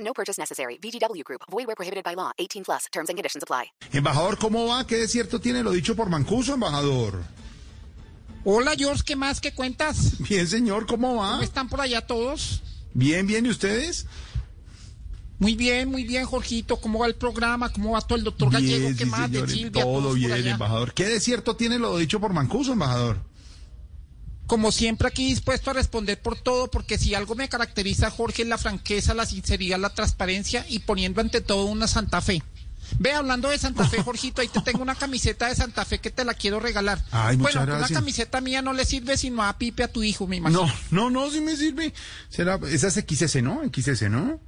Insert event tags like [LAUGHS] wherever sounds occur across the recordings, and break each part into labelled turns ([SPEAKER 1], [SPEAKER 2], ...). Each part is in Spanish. [SPEAKER 1] No purchase necessary. VGW Group. Void where prohibited by law. 18 plus. Terms and conditions apply.
[SPEAKER 2] Embajador, ¿cómo va? ¿Qué desierto tiene lo dicho por Mancuso, embajador? [LAUGHS]
[SPEAKER 3] Hola, George, ¿qué más? ¿Qué cuentas?
[SPEAKER 2] Bien, señor, ¿cómo va?
[SPEAKER 3] ¿Cómo están por allá todos?
[SPEAKER 2] Bien, bien, ¿y ustedes?
[SPEAKER 3] Muy bien, muy bien, Jorgito. ¿Cómo va el programa? ¿Cómo va todo el doctor Gallego?
[SPEAKER 2] Bien,
[SPEAKER 3] ¿Qué
[SPEAKER 2] sí,
[SPEAKER 3] más
[SPEAKER 2] señor,
[SPEAKER 3] de
[SPEAKER 2] en
[SPEAKER 3] Silvia?
[SPEAKER 2] todo
[SPEAKER 3] Todos por
[SPEAKER 2] bien,
[SPEAKER 3] allá.
[SPEAKER 2] embajador. ¿Qué desierto tiene lo dicho por Mancuso, embajador?
[SPEAKER 3] Como siempre, aquí dispuesto a responder por todo, porque si algo me caracteriza, Jorge, es la franqueza, la sinceridad, la transparencia y poniendo ante todo una Santa Fe. Ve, hablando de Santa
[SPEAKER 2] [LAUGHS]
[SPEAKER 3] Fe, Jorgito, ahí te tengo una camiseta de Santa Fe que te la quiero regalar.
[SPEAKER 2] Ay, muchas
[SPEAKER 3] bueno, aunque
[SPEAKER 2] gracias.
[SPEAKER 3] una camiseta mía no le sirve sino a Pipe, a tu hijo, me imagino.
[SPEAKER 2] No, no, no, sí me sirve. Será, esa es XS, ¿no? XS, ¿no?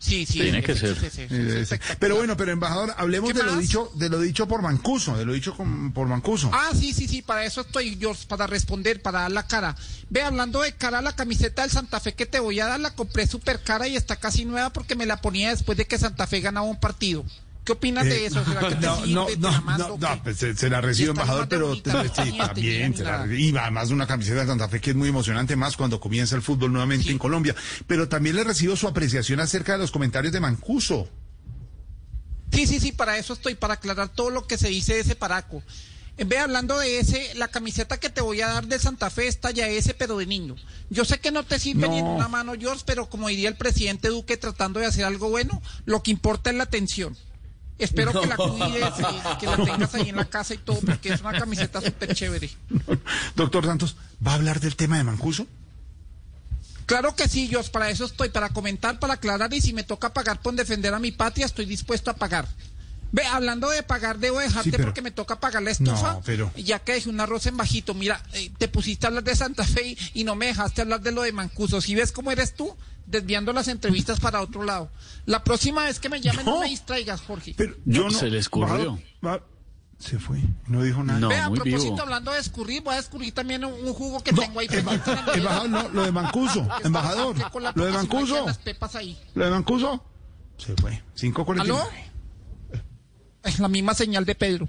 [SPEAKER 3] Sí, sí.
[SPEAKER 4] Tiene que
[SPEAKER 3] sí,
[SPEAKER 4] ser.
[SPEAKER 3] sí, sí, sí,
[SPEAKER 2] Eh,
[SPEAKER 3] sí,
[SPEAKER 2] sí.
[SPEAKER 3] espectacular.
[SPEAKER 2] Pero bueno, pero embajador, hablemos
[SPEAKER 3] ¿Qué
[SPEAKER 2] de lo
[SPEAKER 3] más?
[SPEAKER 2] dicho, de lo dicho por Mancuso, de lo dicho con- por Mancuso.
[SPEAKER 3] Ah, sí, sí, sí, para eso estoy, George, para responder, para dar la cara. Ve, hablando de cara, la camiseta del Santa Fe que te voy a dar la compré súper cara y está casi nueva porque me la ponía después de que Santa Fe ganaba un partido. ¿Qué opinas de
[SPEAKER 2] Eh,
[SPEAKER 3] eso? ¿Será
[SPEAKER 2] [LAUGHS]
[SPEAKER 3] que te
[SPEAKER 2] no,
[SPEAKER 3] sirve?
[SPEAKER 2] no,
[SPEAKER 3] ¿Te la
[SPEAKER 2] no,
[SPEAKER 3] mando
[SPEAKER 2] no,
[SPEAKER 3] o
[SPEAKER 2] no,
[SPEAKER 3] qué?
[SPEAKER 2] pues, se, se la recibo,
[SPEAKER 3] está
[SPEAKER 2] embajador,
[SPEAKER 3] más
[SPEAKER 2] pero
[SPEAKER 3] bonita,
[SPEAKER 2] te-
[SPEAKER 3] más
[SPEAKER 2] sí,
[SPEAKER 3] bonita,
[SPEAKER 2] también
[SPEAKER 3] ni
[SPEAKER 2] se la
[SPEAKER 3] nada.
[SPEAKER 2] re- Y además una camiseta de Santa Fe que es muy emocionante más cuando comienza el fútbol nuevamente en Colombia. Pero también le recibo su apreciación acerca de los comentarios de Mancuso. [LAUGHS]
[SPEAKER 3] Sí, sí, sí, para eso estoy, para aclarar todo lo que se dice de ese paraco. En vez hablando de ese, la camiseta que te voy a dar de Santa Fe está ya ese, pero de niño. Yo sé que no te sirve ni en
[SPEAKER 2] No.
[SPEAKER 3] una mano, George, pero como diría el presidente Duque tratando de hacer algo bueno, lo que importa es la atención. Espero que la cuides, y que la tengas ahí en la casa y todo, porque es una camiseta súper chévere.
[SPEAKER 2] Doctor Santos, ¿va a hablar del tema de Mancuso?
[SPEAKER 3] Claro que sí, George, para eso estoy, para comentar, para aclarar y si me toca pagar por defender a mi patria, estoy dispuesto a pagar. Ve, hablando de pagar, debo dejarte
[SPEAKER 2] pero-
[SPEAKER 3] porque me toca pagar la estufa,
[SPEAKER 2] No, pero-
[SPEAKER 3] ya que dejé un arroz en bajito. Mira, eh, te pusiste a hablar de Santa Fe y- y no me dejaste hablar de lo de Mancuso. Si ves cómo eres tú, desviando las entrevistas para otro lado. La próxima vez que me llamen, no,
[SPEAKER 2] No.
[SPEAKER 3] me distraigas, Jorge.
[SPEAKER 2] Pero yo no.
[SPEAKER 4] Se le escurrió.
[SPEAKER 2] Va- va- se fue, no dijo nada.
[SPEAKER 4] No,
[SPEAKER 3] Ve, a
[SPEAKER 4] muy
[SPEAKER 3] propósito,
[SPEAKER 4] vivo.
[SPEAKER 3] hablando de escurrir, voy a escurrir también un, un jugo que
[SPEAKER 2] No,
[SPEAKER 3] tengo ahí.
[SPEAKER 2] emba-
[SPEAKER 3] pendiente en la nevera,
[SPEAKER 2] embajador, no, lo de Mancuso,
[SPEAKER 3] que está
[SPEAKER 2] embajador,
[SPEAKER 3] bastante con la
[SPEAKER 2] lo de
[SPEAKER 3] poca, si no hay que
[SPEAKER 2] Mancuso,
[SPEAKER 3] las pepas ahí.
[SPEAKER 2] lo de Mancuso, se fue, 5.49.
[SPEAKER 3] ¿Aló? Es la misma señal de Pedro.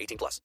[SPEAKER 5] 18 plus.